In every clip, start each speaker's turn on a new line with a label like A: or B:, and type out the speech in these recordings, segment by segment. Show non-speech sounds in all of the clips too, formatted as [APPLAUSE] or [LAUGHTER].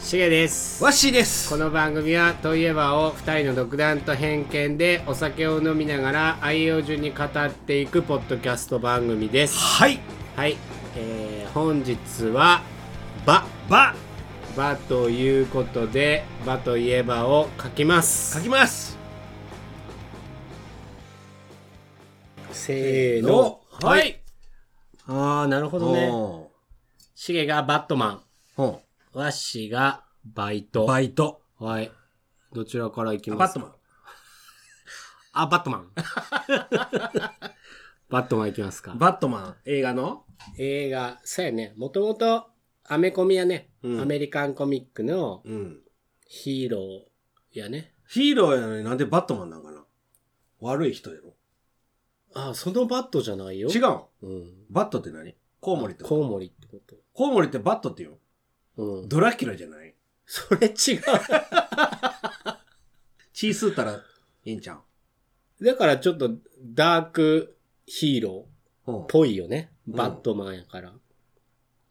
A: しげです
B: わっしーです
A: この番組は「といえば」を2人の独断と偏見でお酒を飲みながら愛用順に語っていくポッドキャスト番組です
B: はい
A: はい、えー、本日は「ば
B: ば」
A: 「ば」ということで「ば」といえばを書きます
B: 書きます
A: せーの
B: はい、
A: ああなるほどね
B: ほ
A: しげがバットマ
B: うほ
A: ンわっしがバイト
B: うバイト
A: はいどちらからいき
B: あ
A: ますか
B: バットマン
A: あ、バットマン。 [LAUGHS] バットマンいきますか。
B: バットマン映画の
A: 映画、そうやね。もともと、アメコミやね、
B: うん
A: アメリカンコミックの
B: うん
A: ヒーローやね。
B: ヒーローやのになんでバットマンなんかな悪い人やろ
A: あ、そのバットじゃないよ。
B: 違。うん
A: うん。
B: バットって何コウモリってこと
A: コウモリってこ
B: コウモリってバットって言うの
A: と。うん。
B: ドラキュラじゃない
A: それ違う。
B: 血吸ったらいいんちゃう
A: だからちょっと、ダークヒーローっ
B: ほう
A: ぽいよね。バットマンやから。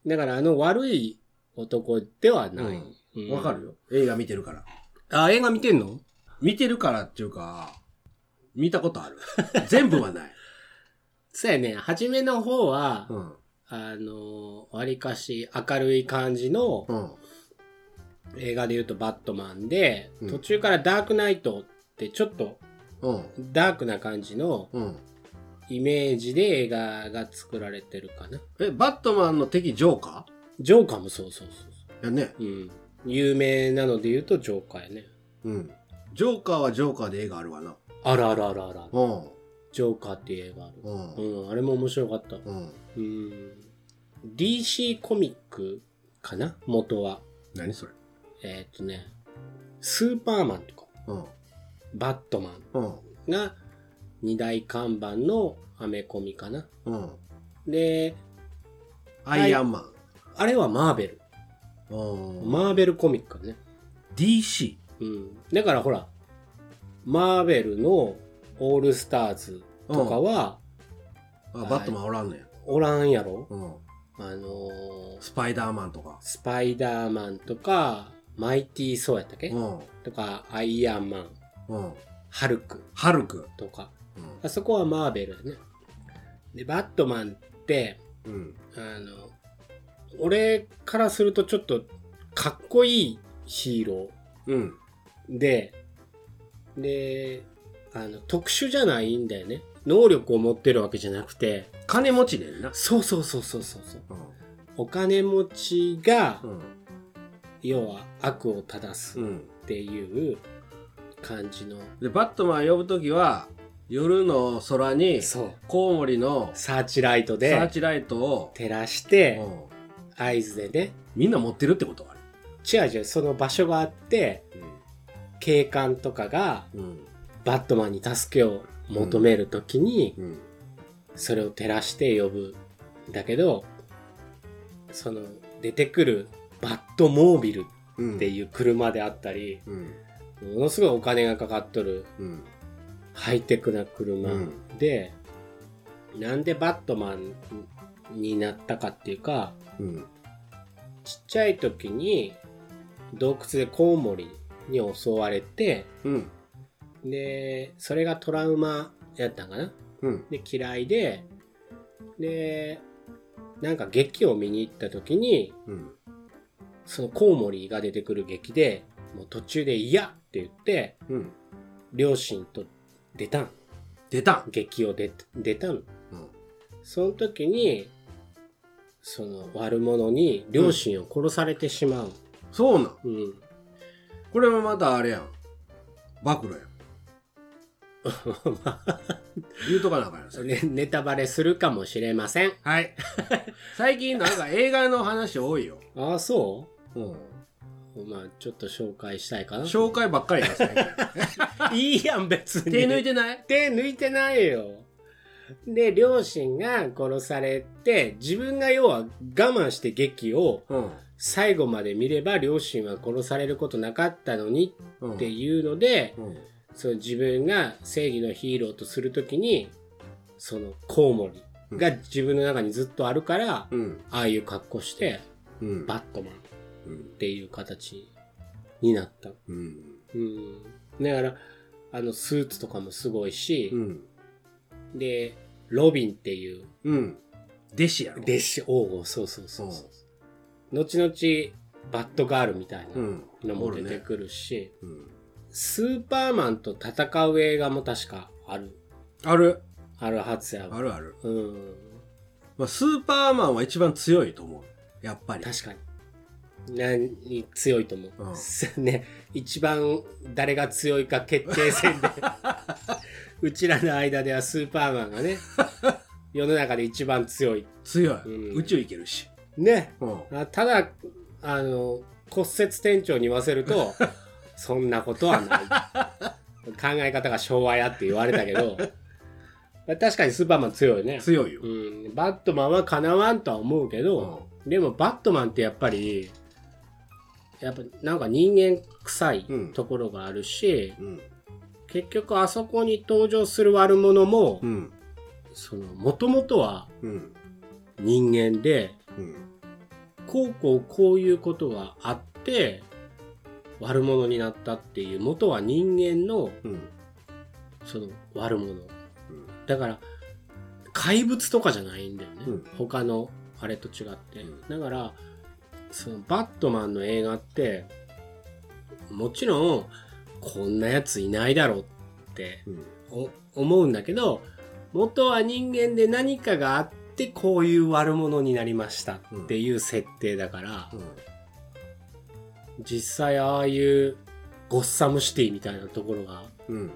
A: だから、あの悪い男ではない。
B: うん
A: うん
B: わかるよ映画見てるから
A: あ、映画見てんの
B: 見てるからっていうか見たことあ [LAUGHS] る全部はない
A: そうやね。初めの方は、
B: うん
A: あの、わりかし明るい感じの
B: うん
A: 映画で言うとバットマンで、
B: うん
A: 途中からダークナイトってちょっと
B: うん
A: ダークな感じの
B: うん
A: イメージで映画が作られてるかな。
B: え、バットマンの敵ジョーカ
A: ジョーカーもそうそうそう
B: ーやね。
A: そう。うん。有名なので言うとジョーカーやね。
B: うん。ジョーカーはジョーカーで映画あるわな。
A: あるあるあるあるある。
B: うん。
A: ジョーカーっていう映画ある。
B: うん。
A: うん、あれも面白かった。
B: うん。
A: うん。DC コミックかな元は。
B: 何それ
A: えーっとね、スーパーマンとか、
B: うん。
A: バットマン
B: うん。
A: が二大看板のアメコミかな。
B: うん。
A: で、
B: アイアンマン。
A: あれはマーベル。
B: うん。
A: マーベルコミックかね。
B: DC。
A: うん。だからほら、マーベルのオールスターズとかは、
B: あ、バットマンおらんねん。
A: おらんやろ、
B: うん。
A: あのー
B: スパイダーマンとか。
A: スパイダーマンとか、マイティー・ソーやったっけ、
B: うん。
A: とか、アイアンマン、
B: うん。
A: ハルク
B: ハルク。
A: とか。
B: うん
A: あそこはマーベルやね。で、バットマンって、
B: うん。
A: あの、俺からするとちょっとかっこいいヒーロ
B: うん。
A: ーで、で、あの、特殊じゃないんだよね。能力を持ってるわけじゃなくて、
B: 金持ちねんな。
A: そうそうそうそうそうそう。
B: う
A: お金持ちが、
B: ん。
A: 要は悪を正す
B: う
A: っ
B: ん。
A: ていう感じの、
B: で、バットマン呼ぶときは、夜の空に、
A: そう。
B: コウモリのサ
A: サーチライト
B: ー
A: で
B: チライトを、
A: 照らし
B: う
A: て、
B: ん。
A: 合図でね、
B: みんな持ってるってことあれ。
A: 違う違う、その場所があって、警官とかが、
B: うん。
A: バットマンに助けを求めるときに
B: うん。
A: それを照らして呼ぶんだけどその出てくるバットモービル
B: うん。
A: っていう車であったり
B: うん。
A: ものすごいお金がかかっとる
B: うん。
A: ハイテクな車
B: うん
A: で、なんでバットマンになったかっていうか
B: うん。
A: ちっちゃい時に洞窟でコウモリに襲われて
B: うん。
A: でそれがトラウマやったんかな
B: うん。
A: で嫌いででなんか劇を見に行った時に
B: うん。
A: そのコウモリが出てくる劇でもう途中で「嫌!」って言って
B: うん。
A: 両親と出たん
B: 出た
A: 劇を出出たん
B: うん。
A: その時にその悪者に両親を殺されてしまう、
B: そうなん。
A: うん
B: これもまたあれやん。暴露やん。 [LAUGHS]
A: まあ
B: 言うとかなあかん [LAUGHS] やんそれ。
A: ねネタバレするかもしれません
B: はい。最近なんか映画の話多いよ。
A: ああそ
B: うん。
A: うまあちょっと紹介したいかな
B: 紹介ばっかりやん、 [LAUGHS] 最近。
A: いいやん別に
B: 手抜いてない
A: 手抜いてないよ。で両親が殺されて自分が要は我慢して劇を
B: うん。
A: 最後まで見れば両親は殺されることなかったのに
B: うん。
A: っていうので、
B: うん。
A: その自分が正義のヒーローとする時にそのコウモリが自分の中にずっとあるから、
B: うん。
A: ああいう格好して
B: うん。
A: バットマンっていう形になった。
B: うん。
A: うん。だから、あの、スーツとかもすごいし、
B: うん。
A: で、ロビンっていう、
B: うん。弟子やろ。
A: 弟子、王子、そうそうそうそう。後々、バッドガールみたい
B: うん。
A: なのも出
B: おる
A: て
B: ね
A: くるし、
B: うん。
A: スーパーマンと戦う映画も確かある。
B: ある。
A: あるはずやわ
B: あるある。
A: うん。
B: まあ、スーパーマンは一番強いと思う。やっぱり。
A: 確かに。何強いと思う。
B: うん
A: [LAUGHS] ね、一番誰が強いか決定戦
B: [LAUGHS]
A: で、うちらの間ではスーパーマン
B: [LAUGHS]
A: がね、世の中で一番強い。
B: 強い、
A: うん
B: 宇宙行けるし。
A: ね。
B: うん。
A: あただ、あの、骨折店長に言わせる
B: [LAUGHS]
A: と、そんなことはない。考え方が昭和やって言われたけど、まあ確かにスーパーマン強いね。
B: 強いよ。
A: うん、バットマンはかなわんとは思うけど、でもバットマンってやっぱりやっぱなんか人間臭い
B: うん
A: ところがあるし、
B: うん。
A: 結局あそこに登場する悪者も、
B: うん。
A: その元々は
B: うん。
A: 人間で
B: うん。
A: こうこうこういうことがあって悪者になったっていう元は人間の
B: うん。
A: その悪者だから怪物とかじゃないんだよね、
B: うん
A: 他のあれと違って、
B: うん
A: だからそのバットマンの映画ってもちろんこんなやついないだろうって
B: うん。
A: お思うんだけど元は人間で何かがあってこういう悪者になりましたっていう設定だから、
B: うん。
A: 実際ああいうゴッサムシティみたいなところが
B: うん。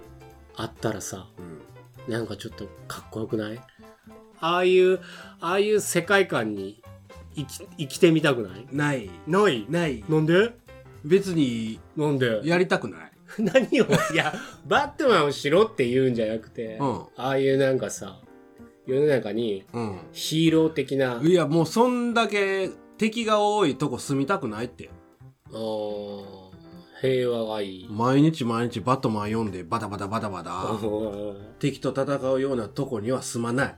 A: あったらさ
B: うん。
A: なんかちょっとかっこよくないああいう、ああいう世界観に生き生きてみたくない
B: ない。
A: ない
B: ない。
A: なんで
B: 別に
A: なんで
B: やりたくない。
A: 何をいや、バットマンをしろって言うんじゃなくて、
B: う
A: あ
B: ん。
A: あいうなんかさ、世の中に
B: うん。
A: ヒーロー的な、
B: いや、もうそんだけ敵が多いとこ住みたくないって。
A: あー平和がい [LAUGHS] い。
B: 毎日毎日バットマン読んでバタバタバタバタ。敵と戦うようなとこには住まない。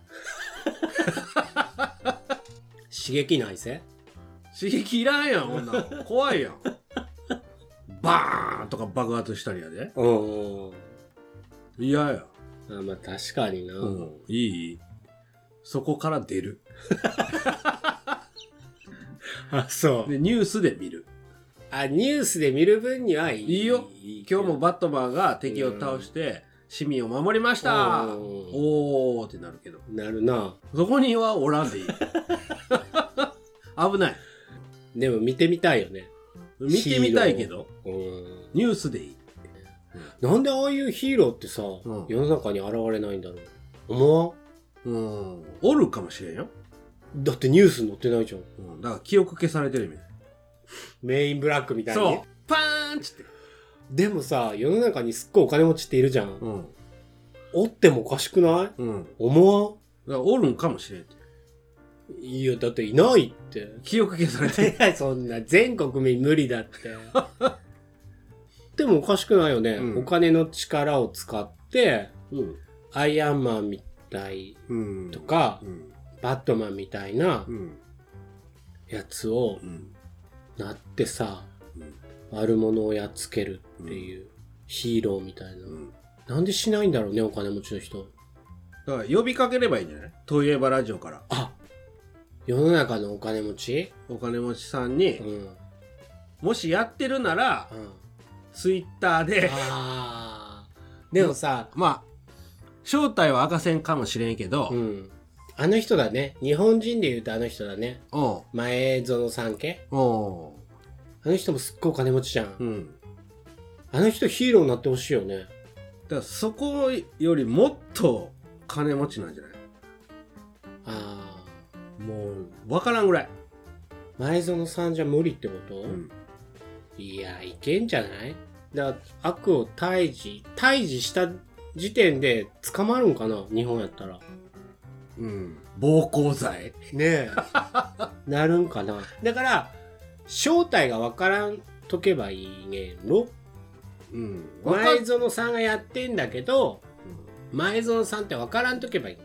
A: 刺激ないぜ。
B: 刺激いらんやん、女の子。怖い [LAUGHS] やん。バーンとか爆発したりやで。
A: うん。
B: 嫌やや。
A: あまあ確かにな。
B: うん。いいそこから出る。
A: あ、そう。
B: で、ニュースで見る。
A: あ、ニュースで見る分にはいい。
B: いいよ今日もバットマンが敵を
A: う
B: 倒
A: ん
B: して、市民を守りました
A: うん
B: おーってなるけど。
A: なるな。
B: そこにはおらん [LAUGHS] でいい。危ない。
A: でも見てみたいよね。
B: 見てみたいけど、
A: うん。
B: ニュースでいい。
A: なんでああいうヒーローってさ、
B: ん
A: 世の中に現れないんだろう。思わん
B: うん。おるかもしれんよ。
A: だってニュースに載ってないじゃん。
B: うん。だから記憶消されてるみたい
A: メインブラックみたいに。
B: そう。パーンっつって。
A: でもさ、世の中にすっごいお金持ちっているじゃん。
B: うん。
A: おってもおかしくない
B: うん。だか
A: 思わ
B: らおるんかもしれんって。
A: んいや、だっていないって。
B: 記憶消されてる。
A: いや、 [LAUGHS] そんな、全国民無理だって。 [LAUGHS] でもおかしくないよね。
B: うん
A: お金の力を使って、
B: [LAUGHS] うん。
A: アイアンマンみたい
B: うん。
A: と。か
B: う、ん。
A: バットマンみたいな
B: うん。
A: やつを
B: うん。
A: なってさ、
B: うん
A: 悪者をやっつけるっていうヒーローみたいな、
B: うん。
A: なんでしないんだろうねお金持ちの人
B: だから呼びかければいいんじゃないといえばラジオから。
A: あ世の中のお金持ち
B: お金持ちさんに
A: うん、、うん、
B: もしやってるなら、ツイッターで、
A: あー [LAUGHS] でもさ、
B: [LAUGHS] まあ、正体は明かせんかもしれんけど、
A: う
B: うん。
A: ん、あの人だね日本人で言うとあの人だね前園さん系
B: お
A: あの人もすっごいお金持ちじゃん、
B: ううん。
A: あの人ヒーローになってほしいよね
B: だからそこよりもっと金持ちなんじゃない
A: あ
B: もう、わからんぐらい。
A: ー前園さんじゃ無理ってこと、
B: うん。
A: いや、いけんじゃないだから悪を退治、退治した時点で捕まるんかな日本やったら。
B: うん。暴行罪
A: ねえ。 [LAUGHS] なるんかなだから、正体がわからんとけばいいねんろ。
B: うん。わかっ
A: 前園さんがやってんだけど、前園さんってわからんとけばいい。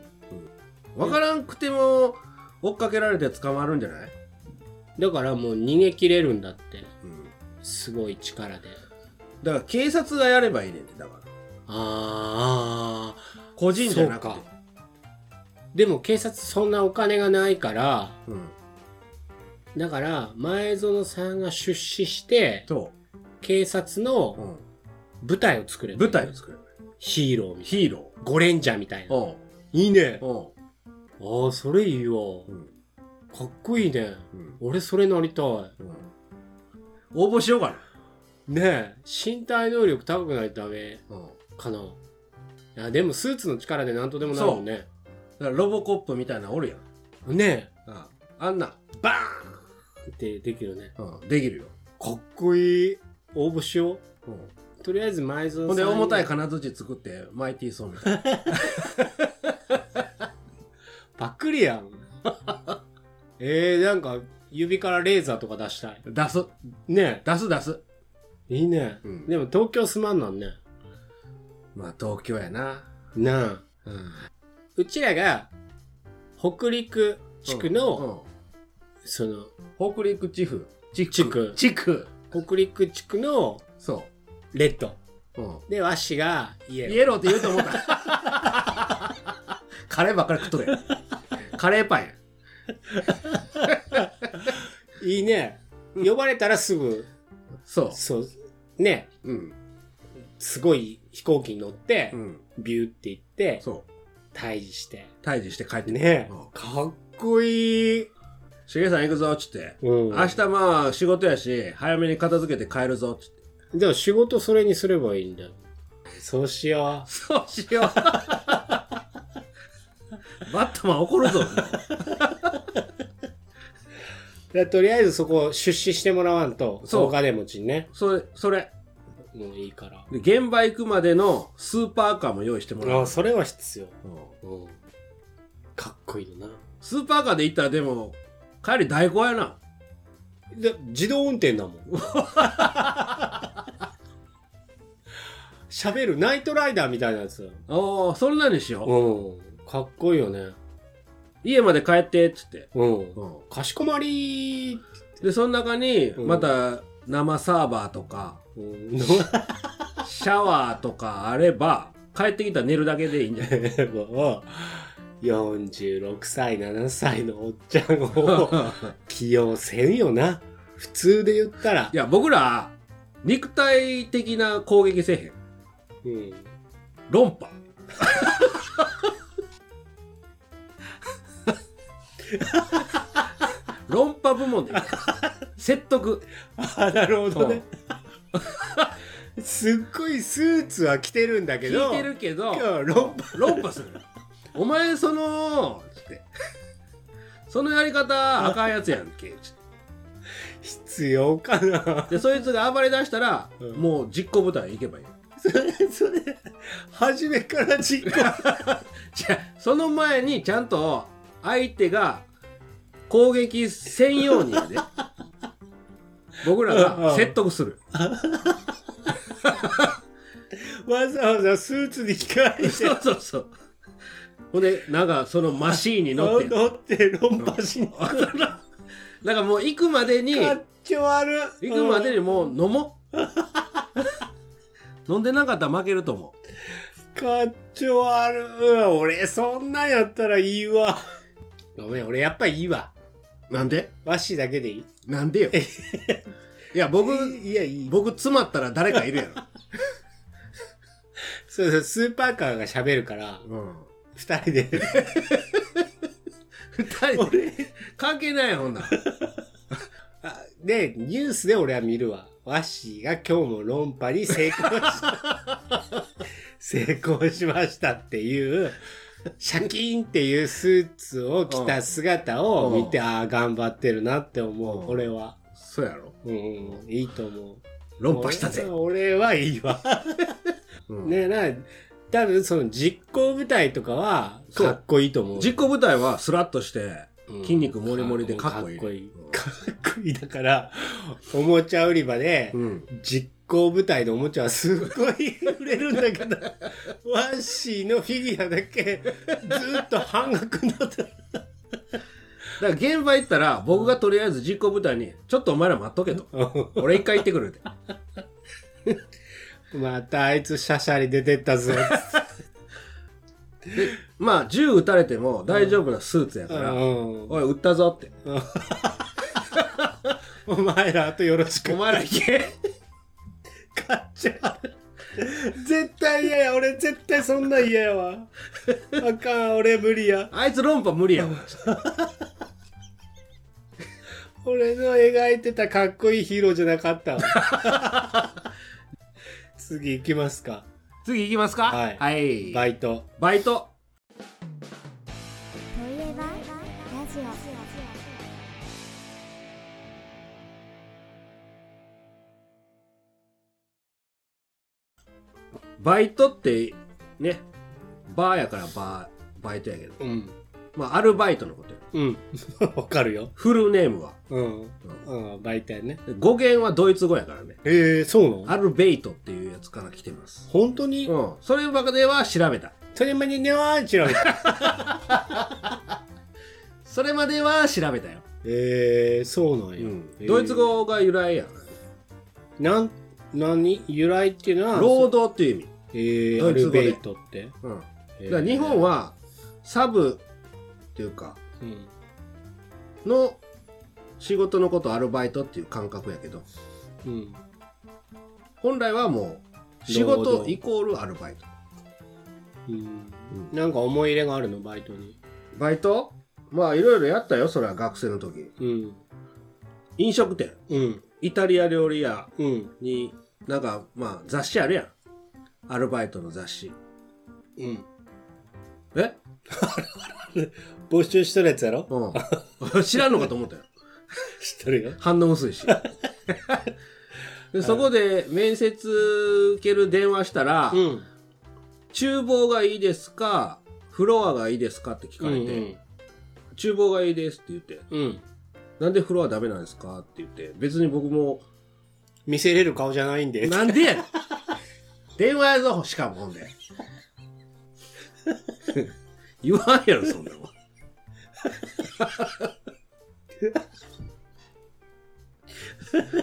B: わからんくても、追っかけられて捕まるんじゃない
A: だからもう逃げ切れるんだって
B: うん、
A: すごい力で
B: だから警察がやればいいねんてだから
A: ああ
B: 個人じゃなくて
A: そうでも警察そんなお金がないから
B: うん
A: だから前園さんが出資して
B: と、
A: 警察
B: う
A: の
B: ん、
A: 舞台を作れる
B: 舞台を作ればい
A: ヒーローみ
B: い
A: たい
B: ヒーロ
A: なゴレンジャーみたい
B: ー
A: な
B: お
A: いいね
B: うお
A: ああそれいいわ
B: ううん
A: かっこいいね
B: うん
A: 俺それなりたい
B: うん応募しようか
A: ねえ身体能力高くないとダメ
B: な、うん、だ
A: かないやでもスーツの力で何とでもなるもんね
B: からロボコップみたいなのおるやん
A: ね
B: ああんな
A: バーンってできるね
B: ん、うん、できるよ、
A: かっこいい応募しよう
B: うん、
A: とりあえず前園さん
B: ほんで
A: に
B: 重たい金槌作ってマイティーソーみたいな
A: パックリや
B: [LAUGHS]
A: んえー、なんか指からレーザーとか出したい
B: 出す
A: ね
B: 出す出す
A: えいいね、
B: うん
A: でも東京すまんなんね
B: まあ東京やな
A: なあ
B: うん
A: うちらが北陸地区の、
B: う
A: その
B: ん北陸地区地区
A: 地区
B: 地区
A: 北陸地区の
B: そ
A: レッド
B: う、うん、
A: で和紙がイエロー
B: イエローって言うと思った。 [LAUGHS] カレーばっかり食っとるやん。カレーパンやん。
A: いいね呼ばれたらすぐ
B: そ
A: そうね
B: う。うん。
A: すごい飛行機に乗って、
B: うん。
A: ビューって行って
B: そう。
A: 退治して
B: 退治して帰ってくる
A: ねえ
B: うん
A: かっこいい、
B: しげさん行くぞ、っつって。
A: うん、
B: 明日まあ仕事やし、早めに片付けて帰るぞ、っつって。
A: でも仕事それにすればいいんだよ。そうしよ
B: そうし [LAUGHS] よう。バットマン怒るぞ。
A: う。でとりあえずそこ出資してもらわんと、
B: そう
A: そう。お金持ちにね。
B: それ、それ。
A: もういいから。
B: で現場行くまでのスーパーカーも用意してもら
A: あ
B: う
A: あ、。それは必要。
B: うん
A: うん。かっこいいよな。
B: スーパーカーで行ったらでも、帰り代行やな。
A: で自動運転だ [LAUGHS] もん。喋るナイトライダーみたいなやつ。
B: おー、そんなにしよう。
A: うん。かっこいいよね。
B: 家まで帰って、っつって。
A: うん。
B: うん。
A: かしこまり、
B: でその中に
A: うん
B: また生サーバーとか
A: うん、
B: シャワーとかあれば帰ってきたら寝るだけでいいんじゃない
A: もう46歳7歳のおっちゃんを
B: [LAUGHS]
A: 起用せんよな [LAUGHS] 普通で言ったら
B: い、や僕ら肉体的な攻撃せえへん
A: うん、
B: 論破論破部門でいい説得
A: あなるほどね [LAUGHS] すっごいスーツは着てるんだけ
B: 聞
A: ど
B: いてるけど
A: 今日は論破
B: 論破するお前そのつってそのやり方あかんやつやんけつって
A: 必要かな
B: [LAUGHS] でそいつが暴れ出したら、
A: うん
B: もう実行部隊行けばいい
A: それ初めから実行
B: じゃあその前にちゃんと相手が攻撃せんように [LAUGHS] やで僕らが説得する
A: わざわざスーツに着替え
B: そうそうそうほんでなんかそのマシーンに [LAUGHS] 乗って
A: て乗って論破しに行く
B: なんかもう行くまでに
A: か
B: 行
A: っちょ悪い
B: くまでにもう飲もう飲んでなかったら負けると思う
A: かっちょ悪い俺そんなんやったらいいわごめん俺やっぱいいわ
B: なんで
A: 和紙だけでいい
B: なんでよいや僕
A: いやいい
B: 僕詰まったら誰かいるやろ
A: そうそうスーパーカーが喋るから
B: うん
A: 二人で
B: 二人で関係ないよほんなら
A: [LAUGHS] あでニュースで俺は見るわ和紙が今日も論破に成功した [LAUGHS] 成功しましたっていうシャキーンっていうスーツを着た姿を見て、ああ頑張ってるなって思う、
B: うん
A: 俺は
B: そうやろ
A: うんうんいいと思う
B: 論破したぜ、
A: 俺俺はい
B: [LAUGHS]
A: いわ
B: うん
A: ねな多分その実行部隊とかは
B: そう
A: かっこいいと思う
B: 実行部隊はスラッとして
A: うん
B: 筋肉もりもりでかっこいい
A: かっこいいかっこいいだからおもちゃ売り場で
B: うん
A: 実行部隊のおもちゃはすっごい売れるんだ
B: [LAUGHS]
A: けどワッシーのフィギュアだけずっと半額になった
B: から現場行ったら僕がとりあえず実行部隊に「ちょっとお前ら待っとけ」と「俺一回行ってくる」って [LAUGHS]
A: またあいつシャシャリ出てった
B: [LAUGHS]
A: ぞ。
B: まあ銃撃たれても大丈夫なスーツやから「
A: うん
B: おい撃ったぞ」って
A: お前らあとよろし
B: 「お
A: く。
B: 前ら行け
A: 買っちゃう。 [LAUGHS] 絶対嫌や。俺絶対そんなん嫌やわ。あかん。俺無理や。
B: [LAUGHS] あいつ論破無理やわ」
A: 俺の描いてたかっこいいヒーローじゃなかったわ。
B: [LAUGHS]
A: 次行きますか。
B: 次行きますか
A: はい
B: はい、
A: バイト。
B: バイト
C: といえばラジオ
B: バイトってねバーやからバーバイトやけど
A: うん。
B: まあアルバイトのことや
A: うん。 [LAUGHS] わかるよ。
B: フルネームは
A: うん。うん、バイトやね。
B: 語源はドイツ語やからね
A: ええそうなの
B: アルベイトっていうやつから来てます
A: 本当に
B: うんそればかでは調べた
A: それまでにゃーんち
B: [LAUGHS]
A: らみたいな。
B: それまでは調べたよ、
A: ええそうなん
B: う
A: や。
B: ん
A: えー
B: ドイツ語が由来やからね
A: なん、何由来っていうのは、
B: 労働っていう意味、
A: えー、
B: ド
A: ア
B: イツ
A: ル
B: 語で
A: ベイトって。
B: うん、だか
A: えー
B: ら日本、はサブっていうか
A: うん
B: の仕事のことアルバイトっていう感覚やけど
A: うん
B: 本来はもう仕
A: 労
B: 事
A: 働
B: イコールアルバイト
A: うん
B: うん
A: なんか思い入れがあるの、バイトに。
B: バイトまあいろいろやったよそれは学生の時
A: うん。
B: 飲食店
A: うん。
B: イタリア料理屋
A: うん。
B: になんかまあ雑誌あるやんアルバイトの雑誌
A: うん。
B: え
A: 募集しとるやつやろ [LAUGHS]
B: うん知らんのかと思ったよ
A: しとるよ。
B: 反応
A: [LAUGHS]
B: 薄いしでそこで面接受ける電話したら、
A: うん。
B: 厨房がいいですかフロアがいいですかって聞か
A: う
B: れて、
A: ん。
B: 厨房がいいですって言って
A: うん。
B: なんでフロアダメなんですかって言って別に僕も
A: 見せれる顔じゃないんで。
B: なんでやねん電話やぞしかもほんで言わんやろそんな
A: [LAUGHS]
B: もん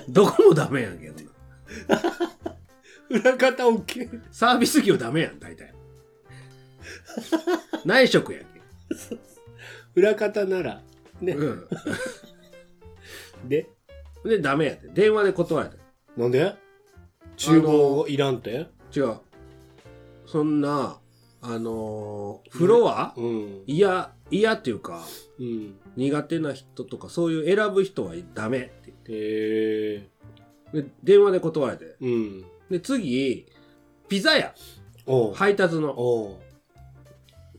B: どこもダメやんけど
A: 裏方 OK。
B: サービス業ダメやん大体内職やんけ、
A: 裏方なら。ね。
B: うん、
A: で、
B: でダメやって電話で断られた
A: なんで厨房いらんて
B: 違うそんなあのーフロア
A: うん。
B: 嫌嫌っていうか
A: うん。
B: 苦手な人とかそういう選ぶ人はダメって
A: へえ。
B: で電話で断られて
A: うん。
B: で次ピザ屋
A: おう。
B: 配達の広
A: おう。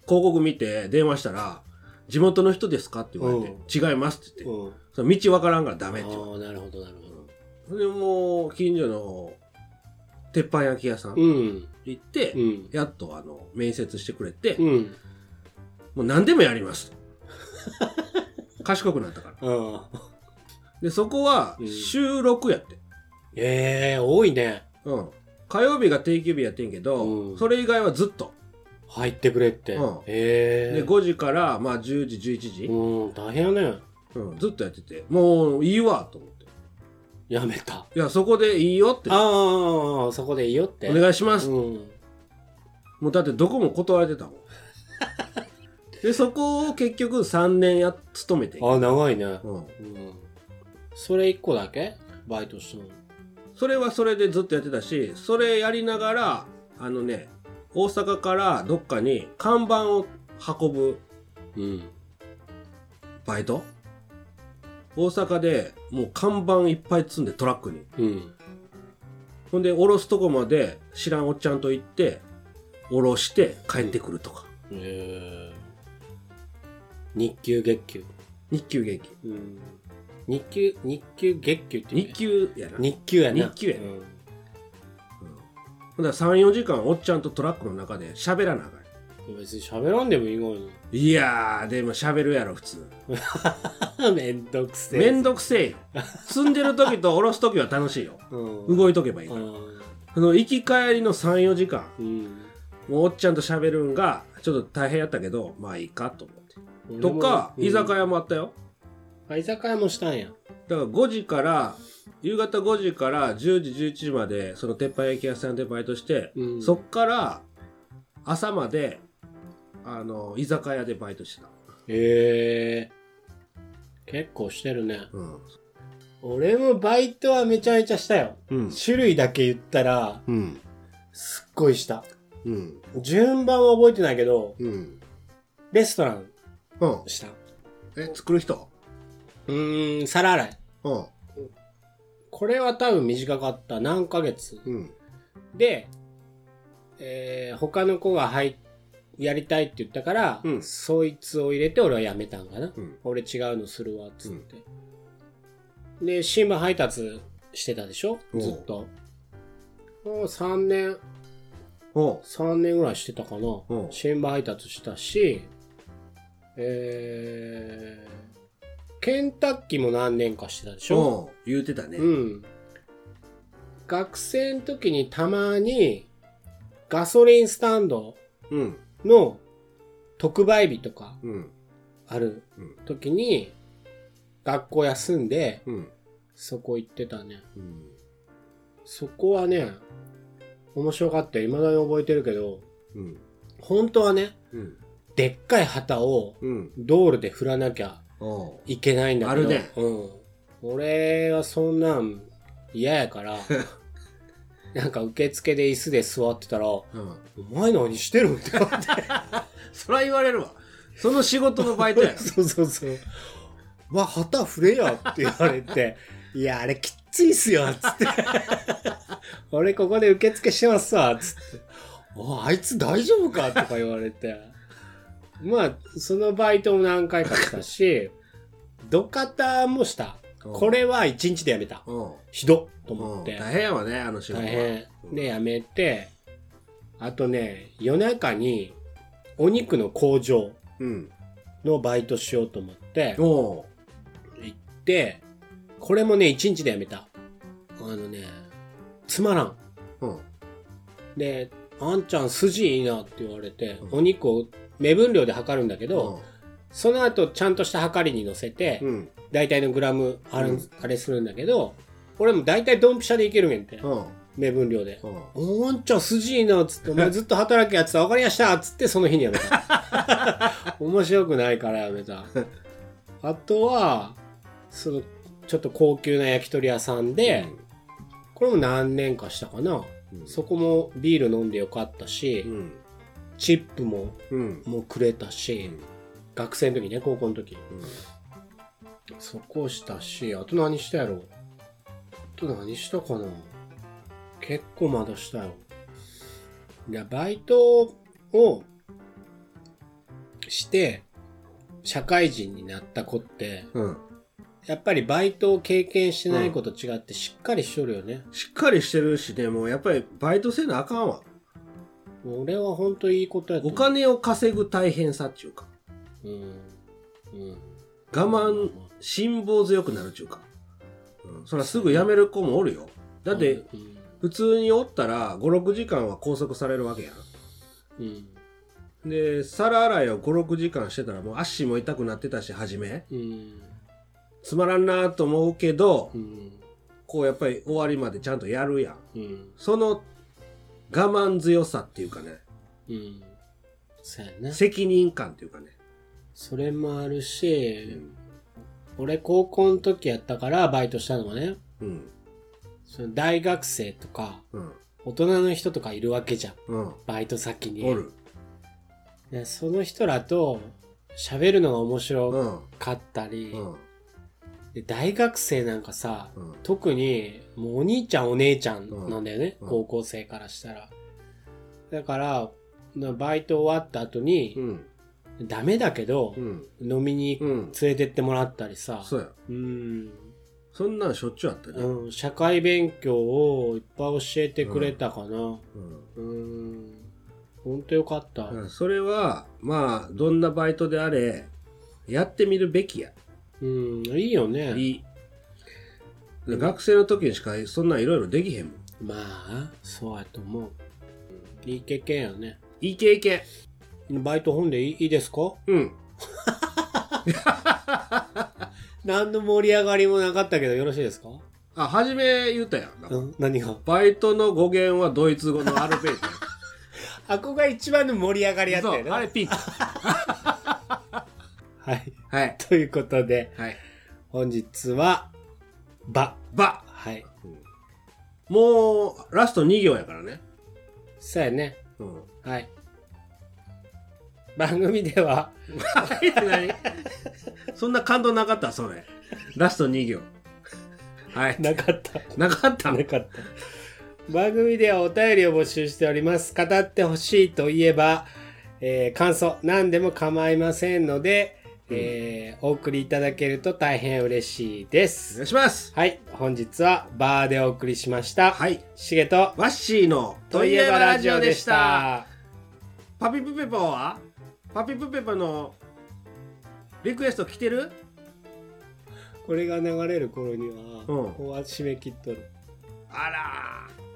B: 告見て電話したら「地元の人ですか?」って言われて「違います」って言って
A: うん。
B: 「その道わからんからダメ」って言わ
A: ああ、なるほど、なるほど。
B: れてそれでもう近所の鉄板焼き屋さん
A: うん。
B: 行って、
A: うん。
B: やっとあの面接してくれて、
A: うん。
B: もう何でもやり
A: [LAUGHS]
B: ますと賢くなったから
A: うん。
B: でそこは
A: うん
B: 収録やって、
A: ええ多いね。
B: うん、火曜日が定休日やってんけど、
A: うん
B: それ以外はずっと、
A: 入ってくれって。
B: うん
A: ええ
B: で5時からまあ10時11時、
A: うん、大変やね。
B: うんずっとやっててもういいわと思って
A: やめた。
B: いやそこでいいよってお
A: ああ、そこでいいよって。
B: 願いします、
A: うん。
B: もうだってどこも断られてた
A: [LAUGHS]
B: もんでそこを結局3年や勤めて、
A: ああ、長いね。
B: うん、
A: うん。それ一個だけバイトしたの。
B: それはそれでずっとやってたしそれやりながらあのね大阪からどっかに看板を運ぶ
A: うん。
B: バイト大阪でもう看板いっぱい積んでトラックに
A: うん。
B: ほんで下ろすとこまで知らんおっちゃんと行って下ろして帰ってくるとか
A: ええ日給月給。
B: 日給元気
A: うん。日給、日給月給って言う
B: 日
A: ね
B: 給やな
A: 日給やな。
B: 日給や
A: う
B: ね
A: ん
B: ほんだ34時間おっちゃんとトラックの中で喋らなあかん
A: 別に喋らんでもいいのに。
B: いやーでも喋るやろ普通
A: めんどくせ
B: [LAUGHS]
A: え。
B: めんどくせえよ積んでる時と下ろす時は楽しいよ
A: うん。
B: 動いとけばいいから
A: うん。
B: その行き帰りの34時間
A: うん。
B: もうおっちゃんと喋るんがちょっと大変やったけどまあいいかと思って
A: 俺も
B: とか、居酒
A: うん
B: 屋もあったよ
A: あ居酒屋もしたんや
B: だから5時から夕方5時から10時11時までその鉄板焼き屋さんでバイトして、
A: うん
B: そっから朝まであの居酒屋でバイトしてた、
A: へえ結構してるね
B: うん
A: 俺もバイトはめちゃめちゃしたよ
B: うん
A: 種類だけ言ったら
B: うん
A: すっごいした
B: うん
A: 順番は覚えてないけど
B: うん
A: レストラン
B: うん
A: した
B: え作る人
A: うーん皿洗い
B: うん
A: これは多分短かった何ヶ月
B: うん
A: で、えー他の子が入っやりたいって言ったから、
B: うん
A: そいつを入れて俺はやめたんかな、
B: うん
A: 俺違うのするわっつって、で新聞配達してたでしょ
B: おう
A: ずっともう3年
B: おう
A: 3年ぐらいしてたかな
B: うん
A: 新聞配達したしえーケンタッキーも何年かしてたでしょ
B: おう言うてたね、
A: うん、学生の時にたまにガソリンスタンド
B: うん
A: の特売日とか
B: うん
A: ある
B: うん
A: 時に学校休んで
B: うん
A: そこ行ってたね
B: うん
A: そこはね面白かったよ未だに覚えてるけど
B: うん
A: 本当はね
B: うん
A: でっかい旗を
B: うん
A: 道路で振らなきゃ
B: おう
A: いけないんだけど
B: あるね
A: うん、俺はそんなん嫌やから
B: [LAUGHS]
A: なんか受付で椅子で座ってたら「お
B: うん
A: 前何してるん?」って言われて
B: そら言われるわその仕事のバイトや
A: そうそうそう「まあ旗振れや」って言われて
B: [LAUGHS]
A: 「いやあれきっついっすよ」っつって「俺ここで受付してますわ」っつって「おあいつ大丈夫か?」とか言われてまあそのバイトも何回かしたし土方もした [LAUGHS] これは1日でやめた
B: おう
A: ひどっと
B: お
A: 思
B: う
A: って
B: 大変やわねあの仕事
A: 大
B: は
A: 変
B: うん
A: でやめてあとね夜中にお肉の工場
B: うん
A: のバイトしようと思って
B: おう
A: 行ってこれもね1日でやめたあのねつまらん
B: うん
A: で「あんちゃん筋いいな」って言われて
B: うん
A: お肉を目分量で測るんだけど
B: おう
A: その後ちゃんとした測りに乗せて
B: うん
A: 大体のグラムあれ,、
B: うん
A: あれするんだけど俺も大体ドンピシャでいけるんやんて
B: うん
A: 目分量で
B: うん
A: おーんちゃん筋いいなっつって、お
B: [LAUGHS]
A: 前ずっと働くやつだ、分かりやしたっつって、その日にやめた。
B: [LAUGHS]
A: 面白くないからやめた。あとは、その、ちょっと高級な焼き鳥屋さんで、これも何年かしたかな。
B: うん
A: そこもビール飲んでよかったし、
B: うん
A: チップも、
B: うん
A: もうくれたし、
B: うん
A: 学生の時ね、高校の時。そこしたし、あと何したやろあと何したかな結構まだしたよ。いや、バイトをして、社会人になった子って、
B: うん
A: やっぱりバイトを経験してない子と違ってしっかりしとるよね。
B: しっかりしてるしねもうやっぱりバイトせなあかんわ
A: 俺は本当いいことやと
B: お
A: 思う。
B: 金を稼ぐ大変さっちゅうか
A: うん。うん。
B: 我慢辛抱強くなるっちゅうか、うん、そらすぐ辞める子もおるよだって
A: うん、
B: 普通におったら56時間は拘束されるわけや
A: うん。
B: んで皿洗いを56時間してたらもう足も痛くなってたし初め
A: うん。
B: つまらんなと思うけど
A: うん。
B: こうやっぱり終わりまでちゃんとやるやん
A: うん。
B: その我慢強さっていうかね
A: うん。そうやね。
B: 責任感っていうかね、
A: それもあるし、俺高校の時やったからバイトしたのはね、
B: うん
A: その大学生とか
B: うん
A: 大人の人とかいるわけじゃん。
B: うん
A: バイト先に。
B: おる
A: でその人らと喋るのが面
B: う
A: 白
B: ん
A: かったり、
B: うん
A: で大学生なんかさ、
B: うん
A: 特にもうお兄ちゃんお姉ちゃんなんだよね、
B: うん
A: 高校生からしたら。だから、なバイト終わった後に、
B: うん
A: ダメだけど、
B: うん
A: 飲みに連
B: うん
A: れてってもらったりさ、
B: そうや
A: うん、
B: そんなんしょっちゅうあったね、
A: うん、社会勉強をいっぱい教えてくれたかな。
B: うん
A: うん。ほんとよかった。
B: うんそれはまあどんなバイトであれやってみるべきや
A: うん、いいよね。
B: いい学生の時にしかそんなんいろいろできへんもん
A: まあ、そうやと思う。うんいい経験やね。
B: いけいけ
A: バイト本でいいいいですか
B: うん
A: 何の盛り上がりもなかったけどよろしいですか、
B: あ初め言ったやんなんか
A: うん、何が
B: バイトの語源はドイツ語のアルフェート
A: あここが一番の盛り上がりやった
B: そ
A: よ
B: う [LAUGHS]
A: ね
B: あれピーク
A: はい
B: はい
A: ということで
B: はい
A: 本日は「ば
B: ば」
A: はい
B: もうラスト2行やからね、
A: そうやね
B: うん、 [LAUGHS]
A: はい番組では
B: え何そんな感動なかったそれラスト2行はい
A: なかった
B: なかったの
A: なかった。番組ではお便りを募集しております。語ってほしいといえば、えー感想、何でも構いませんので、えーお送りいただけると大変嬉しいで
B: お
A: す。
B: 願いします
A: はい、本日はバーでお送りしました。
B: はい
A: しげと、
B: ワッシーのといえばラジオでした。パピプペポはパピプペポのリクエスト来てる
A: これが流れる頃には、
B: うん
A: ここは締め切っとる。
B: あらー